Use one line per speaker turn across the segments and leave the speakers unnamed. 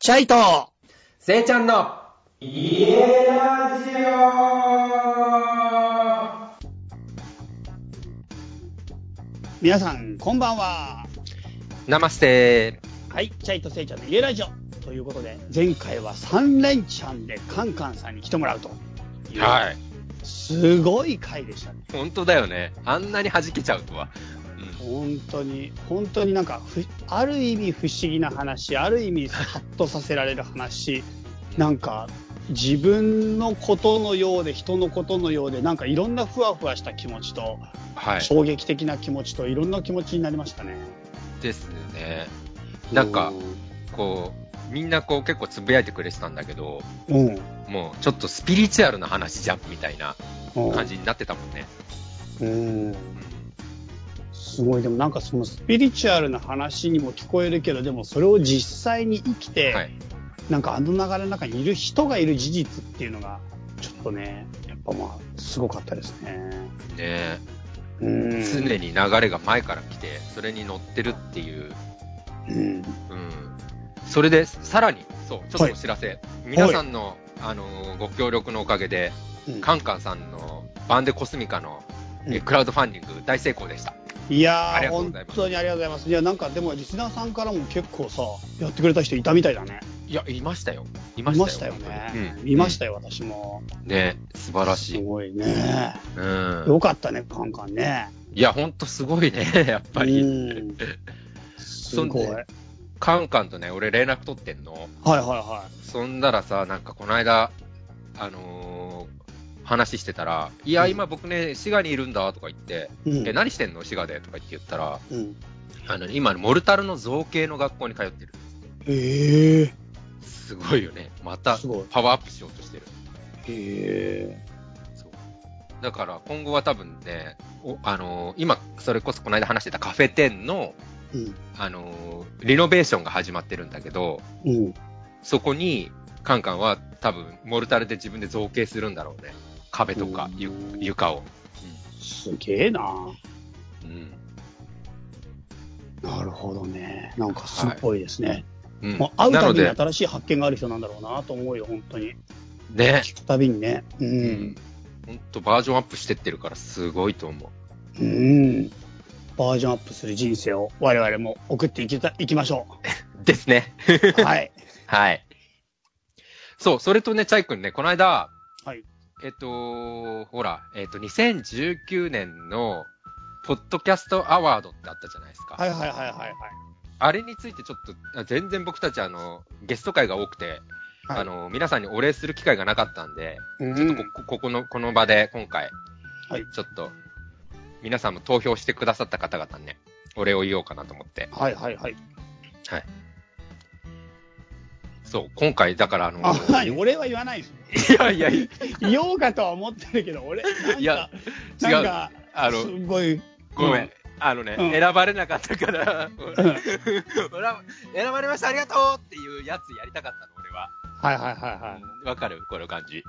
シャイト
せいちゃんの家ラジオ
皆さん、こんばんは。
ナマステ
はい、シャイトせいちゃんの家ラジオ。ということで、前回は3連チャンでカンカンさんに来てもらうという。
はい。
すごい回でしたね。
本当だよね。あんなに弾けちゃうとは。うん
本当に、本当になんかふ、ある意味不思議な話、ある意味ハッとさせられる話、なんか、自分のことのようで人のことのようでなんかいろんなふわふわした気持ちと、
はい。
衝撃的な気持ちといろんな気持ちになりましたね。
ですね。なんか
う、
こう、みんなこう結構つぶやいてくれてたんだけど、
うん、
もうちょっとスピリチュアルな話じゃんみたいな
うん
感じになってたもんね。
うんすごいでもなんかそのスピリチュアルな話にも聞こえるけどでもそれを実際に生き
う
て、
んはい。
なんかあの流れの中にいる人がいる事実っていうのがちょっとねやっぱまあすごかったですね。
ね
うん
常に流れが前から来て、それに乗ってるっていう。
うん
うん。それで、さらに、そう、ちょっとお知らせ。皆さんの、あのーご協力のおかげで、
うん
カンカンさんのバンデコスミカの、え
うん
クラウドファンディング大成功でした。
いや
あり
ー
がとう
本
ございます
当にありがとうございます。いやなんかでもリスナーさんからも結構さやってくれた人いたみたいだね。
いや、いましたよ。い
い
ま
まし
し
たた
よ。
よね
う。ん
いましたよ私も。
ね素晴らし
す
い。
ごいね。
うん。
よかったねカンカンね。
いや、ほんとすごいね、 やっぱり。
うんすごい。
そん
は
で
い
カンカンとね、俺連絡取ってんの。
はいは
そんだらさ、なんかこの間、あのー話してたら、いや、
うん
今僕ね、滋賀にいるんだとか言って、
い。うん
え、何してんの滋賀でとか言って言ったら、
うん
あの、今、モルタルの造形の学校に通ってる。
ええ
すごいよね。また
すごい、
パワーアップしようとしてる。
え
そう。だから、今後は多分ね、おあのー今、それこそこの間話してたカフェ店の、
えうん
あのーリノベーションが始まってるんだけど、
うん
そこに、カンカンは多分、モルタルで自分で造形するんだろうね。壁とか、ゆ
うん
床を。
すげえな
うん。
なるほどねなんかすごいですね、
うん。うん
もう会う
な
た
の
びに
で、
新しい発見がある人なんだろうなと思うよ本当に
ね。
聞くたびにねう。
うんほんと、バージョンアップしてってるから、すごいと思
う
う。
んバージョンアップする人生を我々も送っていけたいきましょ
ですね。
うはい
はい。そう、それとね、チャイ君ね、この間、
はい
えっと、ほら、えっと、2019年の、ポッドキャストアワードってあったじゃないですか。
はいはいはいはいはい
あれについてちょっと、あ全然僕たちあの、ゲスト会が多くて、
はい
あの、皆さんにお礼する機会がなかったんで、
うん
ちょっとここここの、この場で今回、
はい
ちょっと、皆さんも投票してくださった方々にね、お礼を言おうかなと思って。
はいはいはい
はい。そう、今回、だからあの、
あはい俺は言わないです
いやいやい
言おうかとは思ってるけど俺なんか
いやや、
な
違
ん
う。
か
あ
す
の、
ごい
ごめ。
うん
あのね、
うん
選ばれなかったから、俺
うん
は、 選ばれました、ありがとうっていうやつやりたかったの、俺は。
はいはいはいはい。
わかるこの感じ。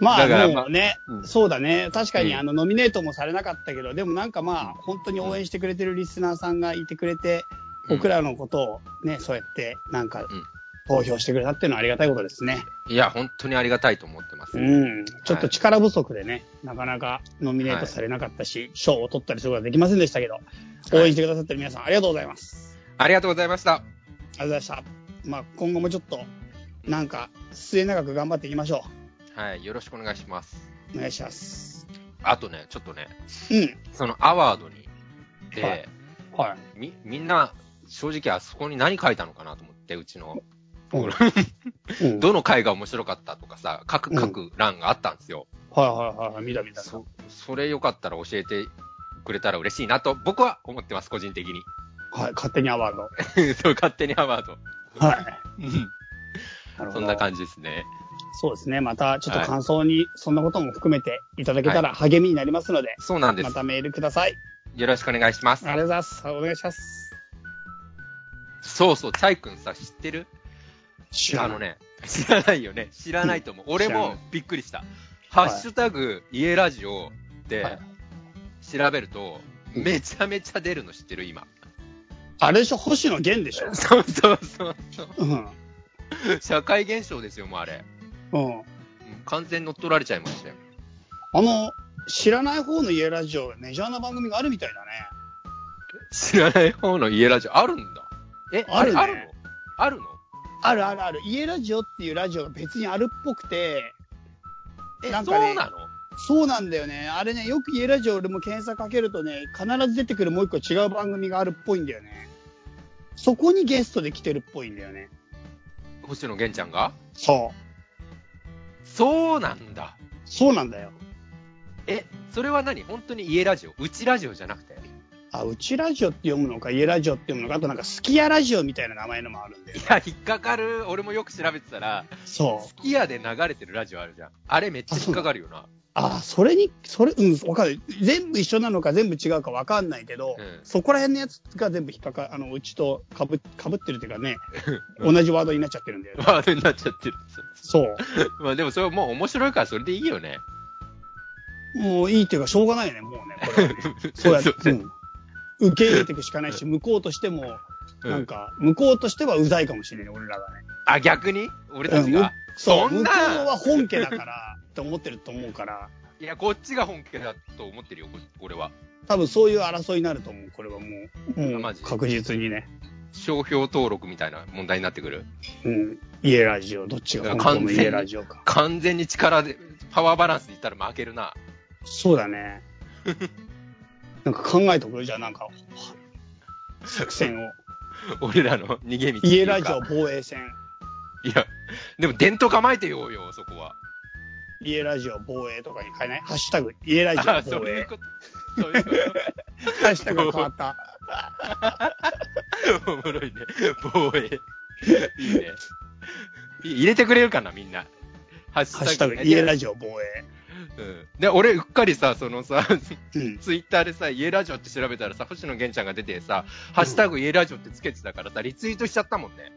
まあ、
だから
もうね、
まあうん
そうだね。確かに、
うん
あの、ノミネートもされなかったけど、でもなんかまあ、本当に応援してくれてるリスナーさんがいてくれて、僕らのことをね、そうやって、なんか、
ん
投票してくれたっていうのはありがたいことですね。
いや、本当にありがたいと思ってます。
うん。ちょっと力不足でね、なかなかノミネートされなかったし、賞を取ったりすることはできませんでしたけど、応援してくださってる皆さん、ありがとうございます。
ありがとうございました。
ありがとうございました。まあ、今後もちょっと、なんか、末永く頑張っていきましょ
はい、よろしくお願いします。
う。お願いします。
あとね、ちょっとね、
うん。
そのアワードに、で、
はいはい。
み、みんな、正直あそこに何書いたのかなと思って、うちの、
うんうん
どの回が面白かったとかさ、各、各欄があったんですよ。
はいはいはいはい、見た見た。
そ、それよかったら教えてくれたら嬉しいなと、僕は思ってます、個人的に。
はい、勝手にアワード。
そう、勝手にアワード。
はい。るほど
そんな感じですね。
そうですね。また、ちょっと
はい
感想に、そんなことも含めていただけたら励みになりますので、
そうなんで。
ますたメールください。
よろしくお願いしま
あり。
す
がとうございます。お願いします。
そうそう、チャイ君さ、知ってる
知
あの。ね、 知らないよね。知らないと思う。俺
知らな
も
い
びっくりした。ハッシュタグ、家ラジオ
は
で
い
調べると、
うん
めちゃめちゃ出るの知ってる、今。
あれでしょ、星野源でしょ。
そうそうそうそう。
うん。
社会現象ですよ、もうあれ。
うん。
うん完全に乗っ取られちゃいましたよ。
あの、知らない方の家ラジオ、メジャーな番組があるみたいだね。
知らない方の家ラジオあるんだ。え、あ
あ
れ
るね
あるのあるの
あるあるある。家ラジオっていうラジオが別にあるっぽくて、
え、
なん
そ
かね
うなの
そうなんだよね。あれね、よく家ラジオ俺も検索かけるとね、必ず出てくるもう一個違う番組があるっぽいんだよね。そこにゲストで来てるっぽいんだよね。
星野源ちゃんが
そう。
そうなんだ。
そうなんだよ。
え、それは何本当に家ラジオうちラジオじゃなくてい
あ、うちラジオって読むのか、家ラジオって読むのか、あとなんか、すき家ラジオみたいな名前のもあるんだよ。
や、引っかかる。俺もよく調べてたら、
そう
ス。キヤで流れてるラジオあるじゃん。あれめっちゃ引っかかるよな。
あ、それに、それ、うん、わかる。全部一緒なのか、全部違うかわかんないけど、
うん
そこら辺のやつが全部引っかか、あの、うちとかぶかぶってるっていうかね、
うん
同じワードになっちゃってるんだよね。
ワードになっちゃってる。
そう。
まあでもそれもう面白いからそれでいいよね。
もういいっていうか、しょうがないよね、もうね、これはねそうやって、
そう
うん受け入れていくしかないし、向こうとしても、
うん
なんか、向こうとしてはうざいかもしれない、俺らがね。
あ、逆に俺たち
うん
が。
そう、
そん
向こ
な
うは本家だから、って思ってると思うから、
いや、こっちが本家だと思ってるよ、こ俺は。
多分そういう争いになると思う、これはもう。も
あ
う
マジ
確実にね。
商標登録みたいな問題になってくる。
うん。家ラジオ、どっちが本当の家ラジオか。
完全に力で、パワーバランスでいったら負けるな。
そうだ ね。なんか考えとくよ、じゃあなんか、作戦 を。
俺らの逃げ道ってい
家
うか。
ラジオ防衛戦。
いや、でも伝統構えてようよ、そこは。
家ラジオ防衛とかに変えないハッシュタグ、家ラジ
あ、
オ
そう
防
いう
衛。
こと。そういうこ
ハッシュタグ変わった。
と。おもろいね。防衛。いいね。い入れてくれるかな、みんな。ハッシ
ハッシュタグ、
いや
家ラジオ防
うん。で、俺、うっかりさ、そのさ、
衛。うん。
ツイッターでさ、家ラジオって調べたらさ、星野源ちゃんが出てさ、ハッシュタグ家ラジオってつけてたからさ、リツイートしちゃったもんね。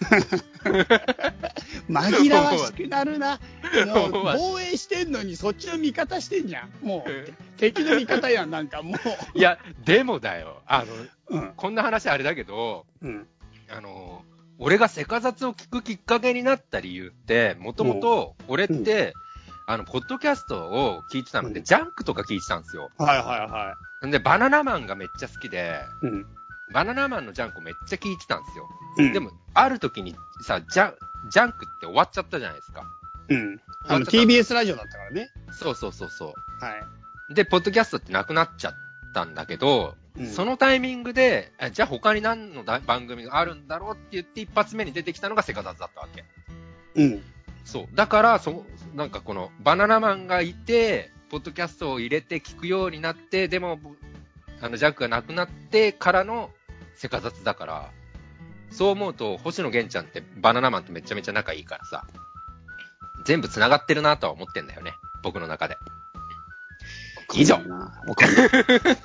紛らわしくなる な。もう
思わず
防衛してんのに、そっちの味方してんじゃん。も
うん
う、敵の味方やん、なんかも
いや、でもだよ。あ
う。
の、
うん。
こんな話あれだけど、
うん。
あの、俺がセカザツを聞くきっかけになった理由って、もともと俺って、あの、ポッドキャストを聞いてたので、
うん
ジャンクとか聞いてたんですよ。
はいはいは
んで、バナナマンがめっちゃ好きで、
い。うん。
バナナマンのジャンクをめっちゃ聞いてたんですよ。
うん、
でも、ある時にさ、ジャン、ジャンクって終わっちゃったじゃないですか。
うん。あ
あ
の、
ちょっと
TBS ラジオだったからね。
そうそうそうそ
はい。
う。で、ポッドキャストってなくなっちゃったんだけど、
うん
そのタイミングで、あじゃあ他に何のだ番組があるんだろうって言って一発目に出てきたのがセカザツだったわけ。
うん。
そう。だから、そ、なんかこの、バナナマンがいて、ポッドキャストを入れて聞くようになって、でも、ぼあの、ジャックがなくなってからの、せかざつだから、そう思うと、星野源ちゃんってバナナマンとめちゃめちゃ仲いいからさ、全部繋がってるなとは思ってんだよね。僕の中で。以上。
わかんない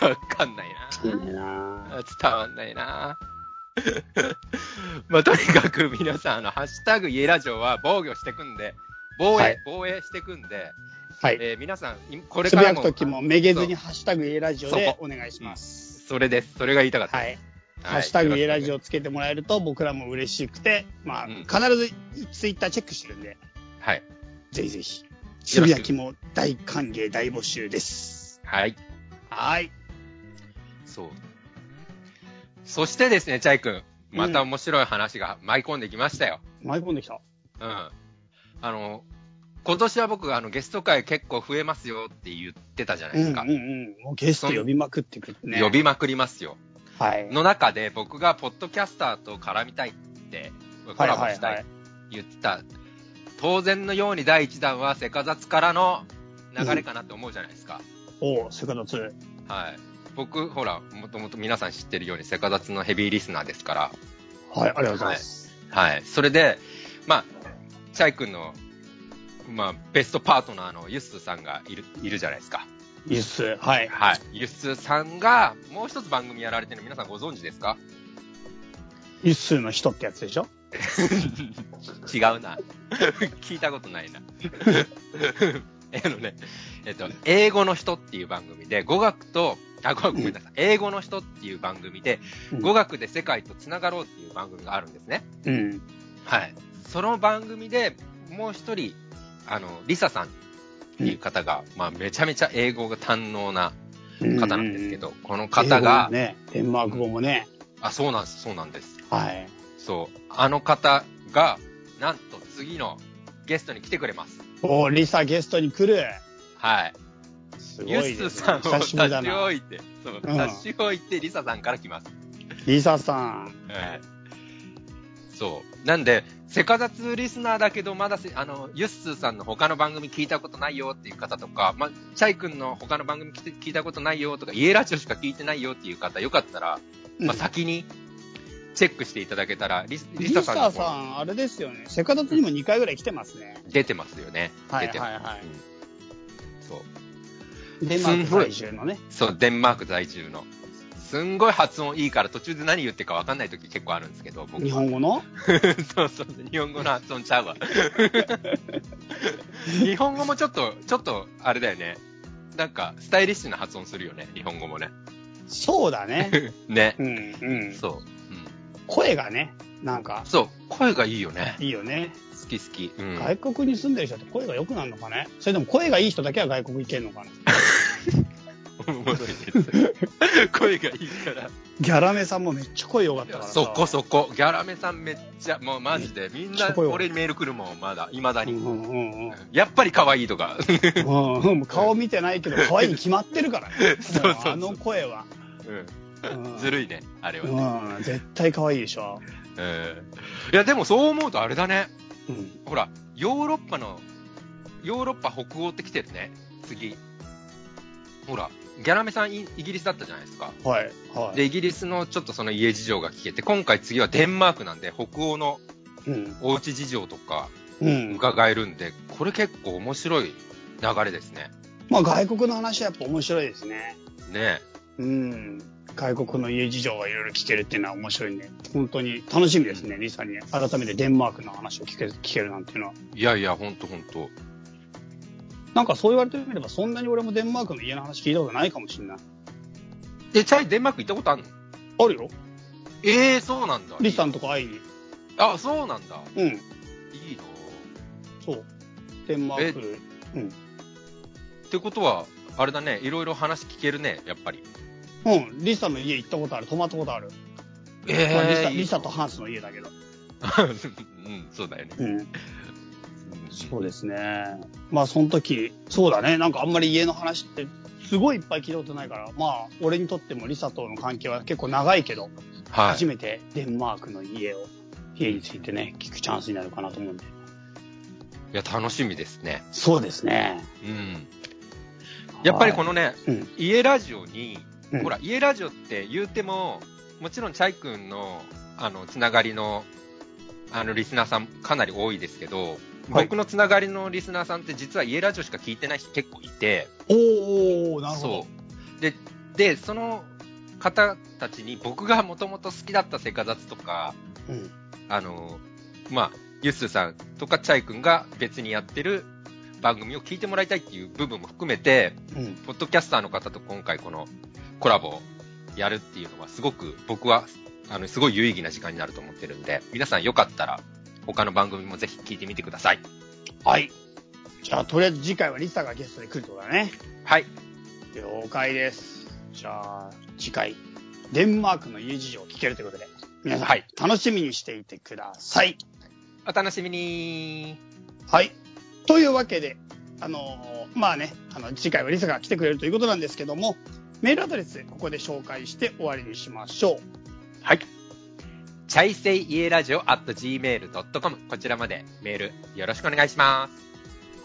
わかんない
な。
な
わかんないな。
あ伝わんないな まあ、とにかく皆さん、あの、ハッシュタグ家ラジオは防御してくんで、防衛、
はい
防衛してくんで、
はい。
えー皆さん、いこれ
つ
か
ぶ
ら
やく
も、
ときもめげずに、ハッシュタグ A ラジオ
そ
で
こ
お願いします。
それです。それが言いたかった。
はい。
はい
ハッシュタグ A ラジ
よ
オつけてもらえると僕らも嬉しくて、まあ、
うん
必ずツイッターチェックしてるんで、
ろしくお願い
ぜひぜひ。つぶやきも大歓迎、大募集です。
はい。
は
はい。
い。
そう。そしてですね、チャイ君。また面白い話が舞い込んできましたよ。
舞い込んできた。
うん。あの、今年は僕、あの、ゲスト会結構増えますよって言ってたじゃない
うん
で
う
す
ん
か。
うん。もうゲスト呼びまくってくるね。
呼。びまくりますよ。
はい。
の中で僕がポッドキャスターと絡みたいって、コラボしたいって言ってた、当然のように第1弾はセカザツからの流れかなって思うじゃないですか。
おう、セカダツ。
はい。僕、ほら、もともと皆さん知ってるようにセカザツのヘビーリスナーですから、
はい、ありがとうございます。
はい。それで、まあ、チャイ君の、まあ、ベストパートナーのユッスーさんがいる、いるじゃないですか。
いいっす。はい。
はい。ユッスーさんが、もう一つ番組やられてるの皆さんご存知ですか
いいっすの人ってやつでしょ
違うな。 聞いたことない な。あのね、えっと、英語の人っていう番組で、語学とあ、ごめんなさい。英語の人っていう番組で、
うん
語学で世界とつながろうっていう番組があるんですね。
うん。
はい。その番組でもう一人、あの、リサさんっていう方が、まあ、めちゃめちゃ英語が堪能な
うん
方なんですけど、。この方
英語も
が、
ね、デンマーク語もね。
あ、そうなんです、そうなんです。
はい。
そう。あの方が、なんと次のゲストに来てくれます。
おリサゲストに来る。
はい。
すごい
ユ
で
ッ
すね、
スーさんを
久
差
しぶりだ
し
な。
置いて、そう、
うん
差し置いて、リサさんから来ます。
リサさん。
はい。そう。なんで、セカザツリスナーだけど、まだせ、あの、ユッスーさんの他の番組聞いたことないよっていう方とか、まあ、チャイ君の他の番組聞いて聞いたことないよとか、家ラジオしか聞いてないよっていう方、よかったら、まあ、先にチェックしていただけたら、リスリ
リ
サ
サ
さ
さ
ん
ん、
の方
あれですよね。セカダツにも2回ぐらい来てますね。
出てますよね。
は
出
い
て
は
ま
いは
す。うんそう。
い。デンマーク在住のね。
そう、デンマーク在住の。すんごい発音いいから途中で何言ってるか分かんない時結構あるんですけど、僕
日本語の
そうそうそう、日本語の発音ちゃうわ。日本語もちょっと、ちょっと、あれだよね。なんか、スタイリッシュな発音するよね、日本語もね。
そうだね。
ね
う。んうん。
そう、
声がね、なんか
うん。、そう、声がいいよね。
いいよね。
好き好き。うん。
外国に住んでる人って声が良くなるのかねそれでも声がいい人だけは外国行けんのかな
面白いね声がいいから。
ギャラメさんもめっちゃ声良かったからさ。
そこそこ。ギャラメさんめっちゃ、もうマジで。みん
めっち
な
ゃ、声多い
俺にメール来るもん、まだ。未だ
うん
に。
うんうんうん。
やっぱり可愛いとか。
うん うん、顔見てないけど、可愛いに決まってるからね。
そうそうそう
あの声は。
う。
うんん
ずるいね、あれはね。
うん、絶対可愛いでしょ。
うん。いや、でもそう思うとあれだね。
うん。
ほら、ヨーロッパの、ヨーロッパ北欧って来てるね、次。ほら、ギャラメさんイイギリスだったじゃないですか。
はい、はい。
で、イギリスのちょっとその家事情が聞けて、今回次はデンマークなんで、北欧の
うん。
おうち事情とか
うん。
伺えるんで、これ結構面白い流れですね。
まあ、外国の話はやっぱ面白いですね。
ね
うん。外国の家事情がいろいろ聞けるっていうのは面白いね。本当に楽しみですね、リサに。改めてデンマークの話を聞ける聞けるなんていうのは。
え。いやいや、ほんとほんと。
なんかそう言われてみれば、そんなに俺もデンマークの家の話聞いたことないかもしれない。
え、チャイデンマーク行ったことあるの
あるよ。
ええそうなんだ。
リサのとこ会いに。
あ、そうなんだ。
うん。
いいな
そう。デンマーク。うん。
ってことは、あれだね、いろいろ話聞けるね、やっぱり。
うん。リサの家行ったことある。泊まったことある。
え
まあリサリサとハンスの家だけど。
うん、そうだよね。
うん。そううですね。まあ、その時、そうだね。なんかあんまり家の話って、すごいいっぱい聞いたことないから、まあ、俺にとってもリサとの関係は結構長いけど、
ん。は
初
い。
めてデンマークの家を、家についてね、聞くチャンスになるかなと思うんで。
いや、楽しみですね。
そうですね。
うん。やっぱりこ
の、
のね、
うん
家ラジオに、
うん
ほら、家ラジオって言うても、もちろんチャイ君の、あの、つながりの、あの、リスナーさんかなり多いですけど、
はい
僕のつながりのリスナーさんって実は家ラジオしか聞いてない人結構いて、
おーおーなるほど
そ。う。で、で、その方たちに僕がもともと好きだったセカザツとか、
うん
あの、まあ、ユッスーさんとかチャイ君が別にやってる番組を聞いてもらいたいっていう部分も含めて、
うん。
ポッドキャスターの方と今回このコラボをやるっていうのはすごく僕は、あの、すごい有意義な時間になると思ってるんで、皆さんよかったら他の番組もぜひ聞いてみてください。
はい。じゃあ、とりあえず次回はリサがゲストで来るってことだね。
はい。
了解です。じゃあ、次回、デンマークの家事情を聞けるということで、皆さん、
はい
楽しみにしていてください。
お楽しみに
はい。というわけで、あのーまあね、あの、次回はリサが来てくれるということなんですけども、メールアドレス、ここで紹介して終わりにしましょう。
はい。チャイセイ家ラジオ at gmail.com こちらまでメールよろしくお願いしま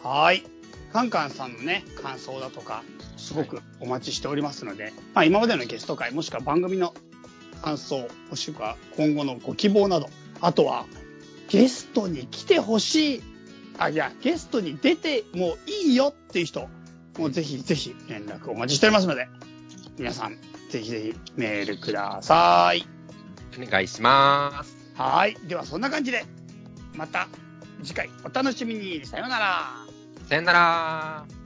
す。
はい。カンカンさんのね、感想だとか、すごくお待ちしておりますので、まあ今までのゲスト会、もしくは番組の感想、もしくは今後のご希望など、あとは、ゲストに来てほしい、あ、いや、ゲストに出てもいいよっていう人、もうぜひぜひ連絡お待ちしておりますので、皆さん、ぜひぜひメールください。
お願いします。
はい。ではそんな感じで、また次回お楽しみに。さようなら。
さよなら。